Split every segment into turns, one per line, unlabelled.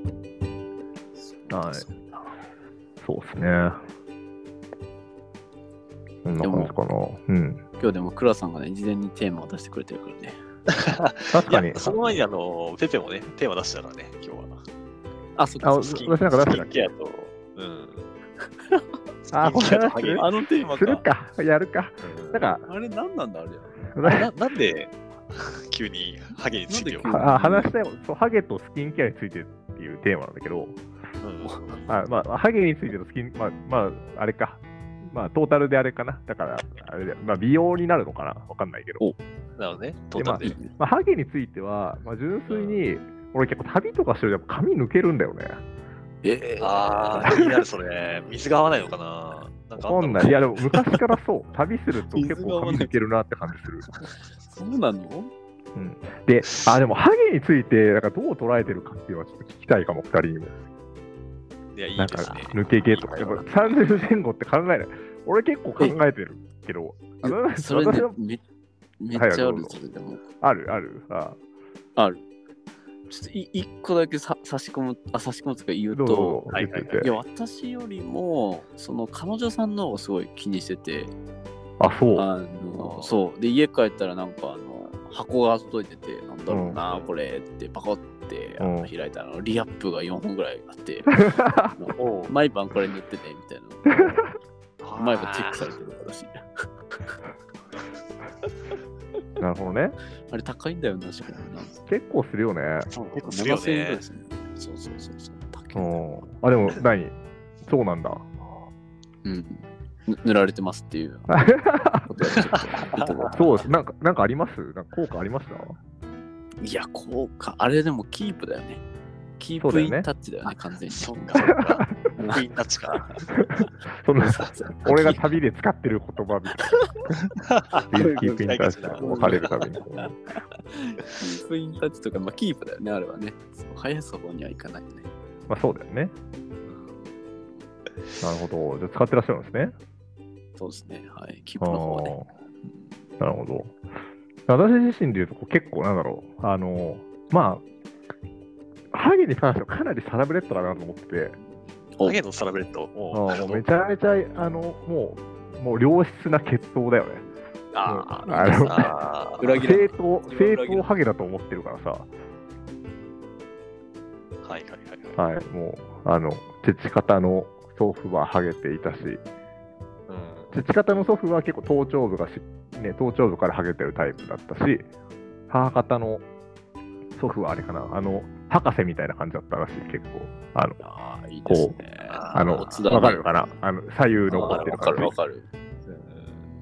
はい
そう
そうですね。こんな感じかな。うん。
今日でも倉さんがね、事前にテーマを出してくれてるからね。
確か
い
に
や、。その前にあの、ペペもね、テーマ出したらね、今日は。
あ、そっ
あ
か。
私なんか出してたっけ
スキンケアと、うん。
あ
スキンケアとハゲ
こ
あのテーマ
する
か。
か、やるか。
うん
なんか、
あれ何なんだあれ。
ななんで急にハゲについてよ
なんで
あ話したいそう、ハゲとスキンケアについてっていうテーマなんだけど、
うん
あまあ、ハゲについてのスキン、まあ、まあ、あれか。まあ、トータルであれかな。だから、あれで、まあ、美容になるのかなわかんないけど。
なのね、トータルで。
まあ、ハゲについては、まあ、純粋に、俺結構旅とかしてるとやっぱ髪抜けるんだよね。
ええ
ああ、気になるそれ。水が合わないのかななんかあ
わかんない。いや、でも昔からそう。旅すると結構髪抜けるなって感じする。
そうなの
で、あ、でもハゲについて、なんかどう捉えてるかっていうのはちょっと聞きたいかも、二人にも。
いや、い
ないんか
ですね。
抜け毛とか。やっぱ30前後って考えない。俺結構考えてるけど、あの
それね
私の、
めめっちゃ
はい
ある
どうぞ
それでも。
あるある。あ
ある。ちょっとい一個だけさ差し込む、あ、差し込むとか言う
どう
と
ぞ、、
はい
言って
はい
て
や、私よりも、その彼女さんの方がすごい気にしてて、
あ、そう。
あの、そう。で、家帰ったらなんか、あの、箱が届いてて、なんだろうな、これって、パコってあの
うん
開いたの、リアップが4本ぐらいあって、
おう
毎晩これ塗ってね、みたいなのを。毎晩チェックされてる私。
なるほどね。
あれ高いんだよな、しかもな。
結構するよね。
結構するよね
7000円ぐらいですね。そうそうそうそう。
う
高い
ん。あ、でも、何そうなんだ。
うん。ぬ塗られてますっていうことはちょっと言ってもら
そうです。なんか、なんかありますなんか効果ありました
ういや、こうか。あれでもキープだよね。キー
そうだ
プ
よ
イ
ね
ンタッチだよね、完全に。
そっ か、そっか。クイーンタッチか。
その
そうそう
俺が旅で使ってる言葉みたいな。ビューティーピンタースが分かれるために。
キープインタッチとか、まあ、キープだよね、あれはね。そう生やす方にはいかないよね。
まあそうだよね。なるほど。じゃあ使ってらっしゃるんですね。
そうですね。はい。キー
あ
プの方ね。
ーなるほど。私自身で言うと、こう結構なんだろう。あの、まあ、ハゲに関してはかなりサラブレッドだなと思ってて、
お
ハゲのサラブレッド。
あ
おう
ーもうめちゃめちゃ、あの、もう、もう良質な血統だよね。
あ
あの
ーあー。
裏切らない
正当、
自分
正
は裏切らない
当ハゲだと思ってるからさ。
はいはいはいはい。
はい、もう、あの、父方の祖父はハゲていたし、
うん
父方の祖父は結構頭頂部がし、ね、頭頂部からハゲてるタイプだったし、母方の祖父はあれかな、あの、博士みたいな感じだったらしい、結構。あの、
ああ、いいですね。
あの、
お
わ
つだね
かるかなあの、左右の
わ
こ
か
っ
る
て
わ
る
か
感じ
るわ。かる。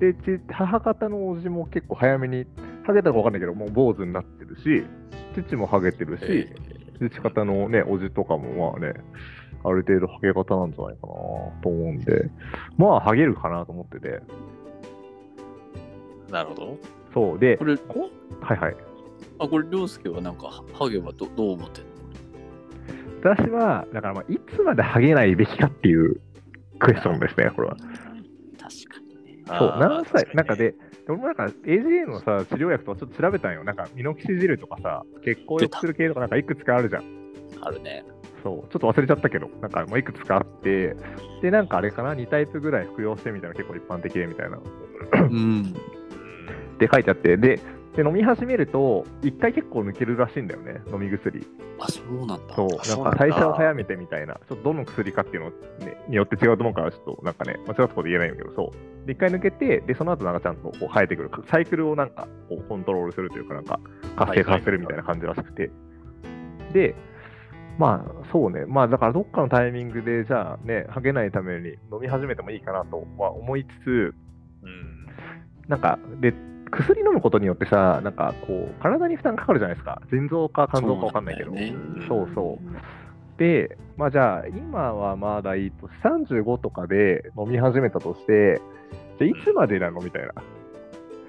で、ち母方のおじも結構早めに、ハゲたかわかんないけど、もう坊主になってるし、父もハゲてるし、
え
父方のね、おじとかも、まあね、ある程度ハゲ方なんじゃないかなと思うんで、まあ、ハゲるかなと思ってて、
なるほど。
そう、で
ー、これ、
はいはい。
あ、これ、りょうすけはなんか、ハハゲはどどう思ってんの
私は、だから、まあ、いつまでハゲないべきかっていうクエスチョンですね、これは。
確かにね。
そう
あ、ー
何歳
確、
なん
に
か
ね
で、俺もなんか AGA のさ、治療薬とかちょっと調べたんよ。なんか、ミノキシジルとかさ、血行良くする系とか、なんかいくつかあるじゃん。
あ るね。
そう、ちょっと忘れちゃったけど、なんか、まあ、いくつかあって、で、なんかあれかな、2タイプぐらい服用してみたいな、結構一般的でみたいな。
うん。
うん
って書いてあってでで飲み始めると1回結構抜けるらしいんだよね飲み薬
あ、そうなんだ。
そう
あそう
な
なんん
か
だ
代謝を早めてみたいなちょっとどの薬かっていうの、ね、によって違うと思うからちょっとなんかね間違ったこと言えないんだけどそうで1回抜けてでその後なんかちゃんとこう生えてくるサイクルをなんかこうコントロールするというかなんか活性化させるみたいな感じらしくてでまあそうねまあだからどっかのタイミングでじゃあねハゲないために飲み始めてもいいかなとは思いつつ
うん
なんか、で、薬飲むことによってさ、なんかこう、体に負担かかるじゃないですか。腎臓か肝臓かわかんないけど。
そう
そ
な
う,、
んだよね
そうで、まあじゃあ、今はまだいいと、35とかで飲み始めたとして、じゃあいつまでなのみたいな、っ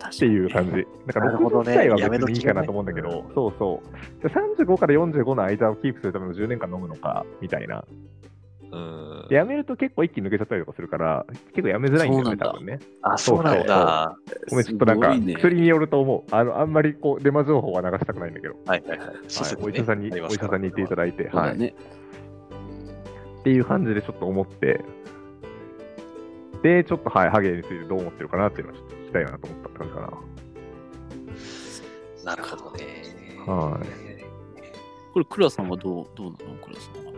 って
いう感じ。なんか
なるほ
60
どね
歳は別
やめとき
にいいかなと思うんだけど、
ね
そうそう。じゃあ35から45の間をキープするための10年間飲むのか、みたいな。
うん
で、。やめると結構一気に抜けちゃったりとかするから、結構やめづらいんだよね、多分ね。
あ、そうなんだ。
ごめん、ちょっとなんか、
すごいね
薬によると思う。あの、あんまりこう、デマ情報は流したくないんだけど、
はいはいはい。そうです
はい、お医者さんに、お医者さんに言っていた
だ
だいて、
そう
は
だ
い。
ね。
っていう感じでちょっと思って、で、ちょっと、はい、ハゲについてどう思ってるかなっていうのをちょっと聞きたいなと思ったって感じかな。
なるほどね。
はい
これ、クラさんはどうどうなのクラさんは。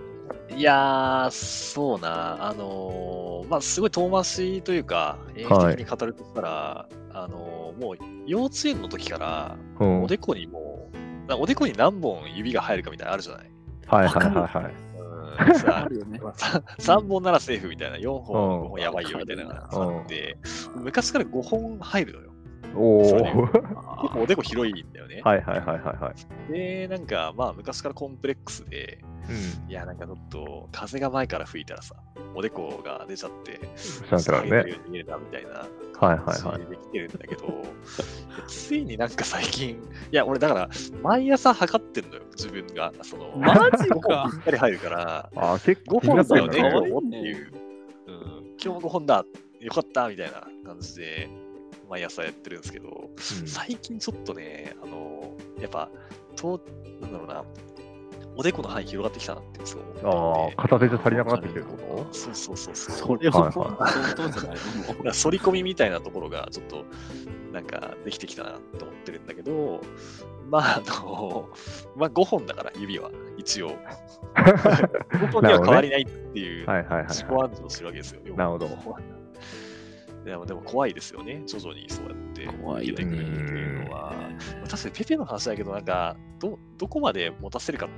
いやー、そうな、あのーまあ、すごい遠回しというか、演技的に語るとしたら、あのーもう幼稚園の時から、
うん。
お
はい
でこにもう、なおでこに何本指が入るかみたいなのあるじゃない。
はいはいはい。
うん、さ
るよね。
3本ならセーフみたいな、4
うん
本、5本やばいよみたいなのがあって、昔から5本入るのよ。
お
そ
ー。
うね
あ
結構おでこ広いんだよね。
はいはいはいはいはい。
で、なんか、まあ、昔からコンプレックスで、
うん。
いや、なんかちょっと、風が前から吹いたらさ、おでこが出ちゃって、
シャンテラね。
ように見えるなみたいな
はい
感
はいはい
じできてるんだけど、ついになんか最近、いや、俺だから、毎朝測ってんのよ、自分が。その、
マジか
ぴったり入るから、
あー、結構
5本だよ
気
ね、
になってんだ
ね
今日っていう。うん、今日5本だ、よかった、みたいな感じで、毎朝やってるんですけど、最近ちょっとね、あの、やっぱ、と、なんだろうな、おでこの範囲広がってきたなって、そう思ったん
あ
で
あ、片手じゃ足りなくなってきてるってこ
そうそうそうそう。
それ
は
はい本
は
当じゃないも
だから反り込みみたいなところがちょっとなんかできてきたなと思ってるんだけどまああの まあ5本だから指は 一応5本には変わりないっていう
とはいはいはい
自己
は
暗示をするわけですよ、
なるほど
でもでも怖いですよね徐々にそうやって
う怖い
出
よ
て
ね。
くるっていうのは確かにペペの話だけどなんかどどこまで持たせるか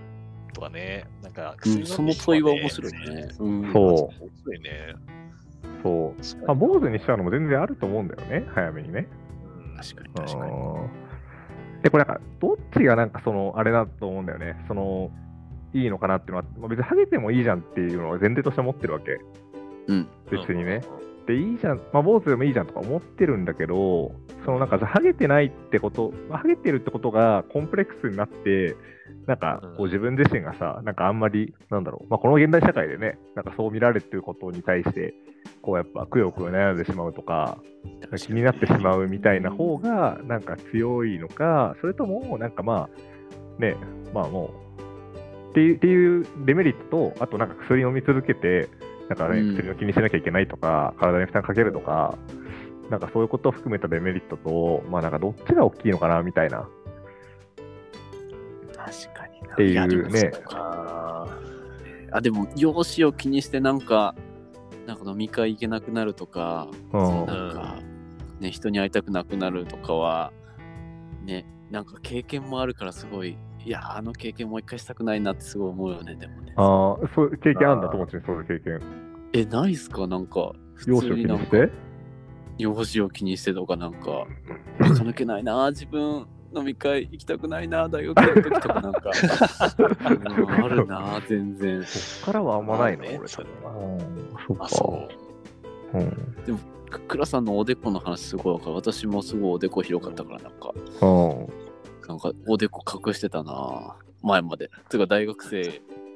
とかねなんか
う
薬
ん、
飲んで
その問いは面白いね。うん
そう
面白いね
い。そう。
確
まあ、坊主にしちゃうのも全然あると思うんだよね、早めにね。
うん
確かに確かに。
うんで、これなんか、どっちがなんかその、あれだと思うんだよね。その、いいのかなっていうのは、まあ別にハゲてもいいじゃんっていうのを前提として持ってるわけ。
うん。
別にね。で、いいじゃん、まあ、坊主でもいいじゃんとか思ってるんだけど、そのなんか、ハゲてないってこと、まあハゲてるってことがコンプレックスになって、なんか
うん、
こう自分自身がさ、なんかあんまり、なんだろう、まあ、この現代社会でね、なんかそう見られてることに対して、こうやっぱ、くよくよ悩んでしまうとか、気になってしまうみたいな方がなんか強いのか、それともなんかまあねまあもうっていうっていうデメリットとあとなんか薬飲み続けてなんか、ね
うん
薬の気にしなきゃいけないとか体に負担かけるとかなんかそういうことを含めたデメリットとまあなんかどっちが大きいのかなみたいな
確かにな。っ
っていうね
あ、でも、容姿を気にして、なんか、なんか飲み会行けなくなるとか、
うん
なんか、ね、人に会いたくなくなるとかは、ね、なんか経験もあるから、すごい、いや、あの経験もう一回したくないなってすごい思うよね、でもね。
あーそういう経験あるんだ友達にそういう経験
え、ないっすかなんか、普
容
通
姿を
に
気
な
にし
んか、
て
容姿を気にしてとか、なんか、あそ抜けないな、自分。飲み会行きたくないな、大学の時とか なんか、うんあるな、全然。
そっからはあんまないの
まあね
俺
それ
うんそっか
あそう
うん
く倉さんのおでこの話すごいわかる私もすごいおでこ広かったからなんか
うん
なんかおでこ隠してたな前までつうか大学生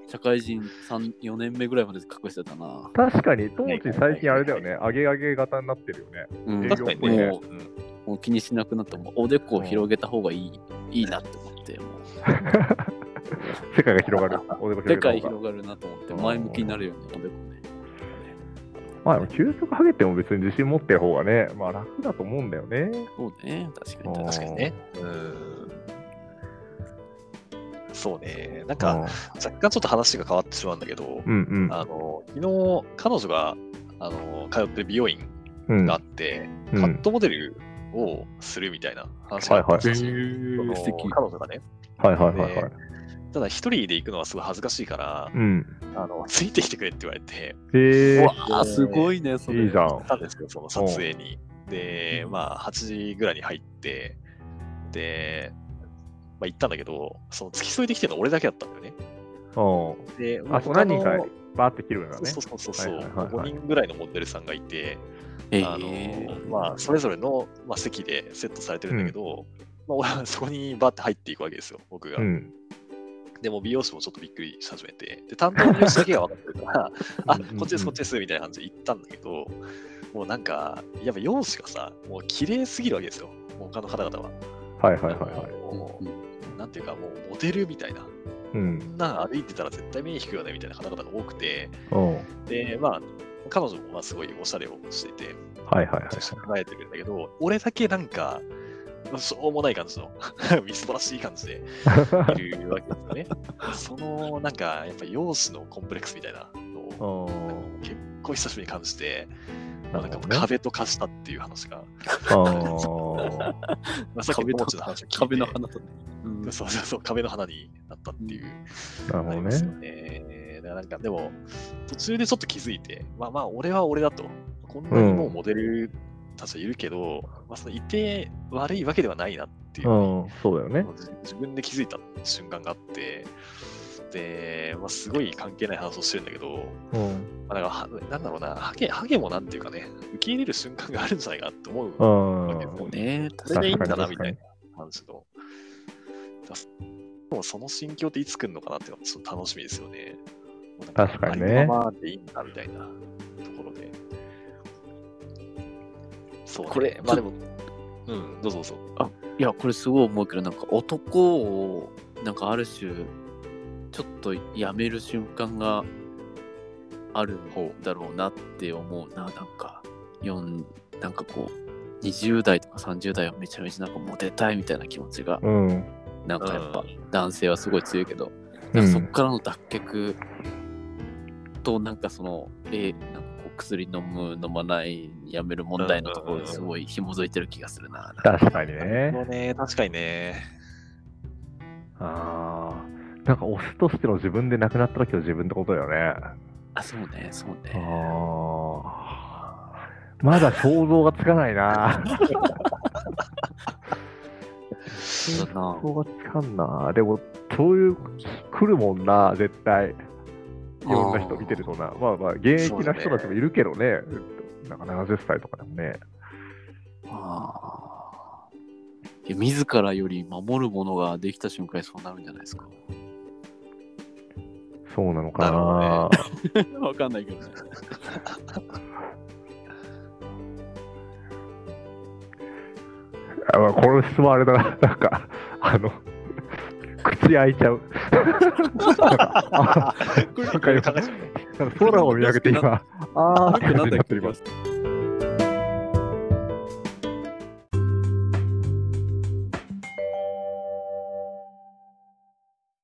社会人34年目ぐらいまで隠してたな
確かに、ともちん最近あれだよね、上げ上げ型になってるよね。
うん
営業
確かにね。
も
うん
うもう気にしなくなったもうおでこを広げた方がいい、いいなって思ってもう
世界が広がる。おでこ広
世
が
界
る方が。
広がるなと思って前向きになるよねおでこね
まあ、でも究極ハゲても別に自信持ってる方がね、まあ楽だと思うんだよね。
そうね確かに確
確
か
か
に
にね。うん。そうね。なんか、若干ちょっと話が変わってしまうんだけど、
うんうん。
あの、昨日、彼女が、あの、通ってる美容院
うん。
があって、
うん
カットモデルをするみたいな話
は
が
い
あ
は
っ
い
たんですよ。その
素敵
彼女がね、
はいはいはいはい
ね。ただ一人で行くのはすごい恥ずかしいから、
うん。
あのついてきてくれって言われて、
へ
う
え
わあすごいねそれ
いいじゃ
行っ
ん。
たんですよ、その撮影に。で、まあ、8時ぐらいに入って、で、まあ、行ったんだけど、その付き添いできてるの俺だけだったんだよね。
う
で、
ん。あ、そう
他の
何人かバーって切るんだね
そ。うそうそうそう、
はいはいはいはい
5人ぐらいのモデルさんがいて、
え
あの
ー
まあ、それぞれの、まあ、席でセットされてるんだけど、まあ、俺はそこにバーって入っていくわけですよ、僕が。
うん。
でも美容師もちょっとびっくりし始めて、で担当の美容師だけが分かってる から、あこっちです、こっちですみたいな感じで行ったんだけど、もうなんか、やっぱ容姿がさ、もう綺麗すぎるわけですよ、もう他の方々は。
はいはいはいはい。
もうなんていうか、もうモデルみたいな、
うん
こ。んなん歩いてたら絶対目に引くよねみたいな方々が多くて、
うん
で、まあ、彼女もまあすごいおしゃれをしてて、
はいはいはい。
考えてるんだけど、俺だけなんか、しょうもない感じの、 みすぼらしい感じでいるわけですよね。その、なんか、やっぱ容姿のコンプレックスみたいなの
う
を、
ん
結構久しぶりに感じて、
な
な
る
んか
ほどね
壁と化したっていう話が、
あ
まあ、さっきの
壁
友
と
達の話を聞いて
壁の花とね。うん
そうそうそう、壁の花になったっていう。
ーなるほ
あり
ど
ますよ
ね。
ね。だからなんかでも、途中でちょっと気づいて、まあまあ、俺は俺だと。こんなにもうモデルたちはいるけど、まあ、そのいて悪いわけではないなっていう
う
の
ん、そうだよね
に、。自自分で気づいた瞬間があって、で、まあ、すごい関係ない話をしてるんだけど、
うん。
まあ、なんかはなんだろうな、ハゲハゲもなんていうかね、受け入れる瞬間があるんじゃないかなって思うわけですよ
う
ね
ん。
ね
それでいいんだな
確
み
か
た
に
いな感じの。だでもその心境っていつ来るのかなっていうのはちょっと楽しみですよね。
確かにね
ありのままでいいんだみたいなところで。そう、ね、
これ
まあでも、うん、どうぞどうぞ。
いや、これすごい思うけど、なんか男を、なんかある種、ちょっとやめる瞬間があるんだろうなって思うな、なんか、よんなんかこう、20代とか30代はめちゃめちゃなんかモテたいみたいな気持ちが、
うん。
なんかやっぱ
う
男性はすごい強いけど、
う
なんかそっ
ん
からの脱却と、なんかその、えーなんかこう薬飲む、飲まない、やめる問題のところにすごい紐づいてる気がするな。なんか
確かに
もう
ね。
ね、確かにね。
ああ。なんか、オスとしての自分で亡くなった時の自分ってことだよね。
あ、そうね、そうね。
あーまだ想像がつかないな。
そうだな
想。像がつかんな。でも、そういう、来るもんな、絶対。いろんな人見てるとな。まあまあ、現役な人たちもいるけどね。なんか70歳とかでもね。
あーいや自らより守るものができた瞬間にそうなるんじゃないですか。
そうなのかな。
な る
わかんないけどね。
あまあこの質問あれだな。 なんか、あの、口開いちゃう。なんかあ
これ
なんか今
考えちゃう
なんか空を見上げて今、あーって感
なん
じに
だ
な
っ
って
け
ます。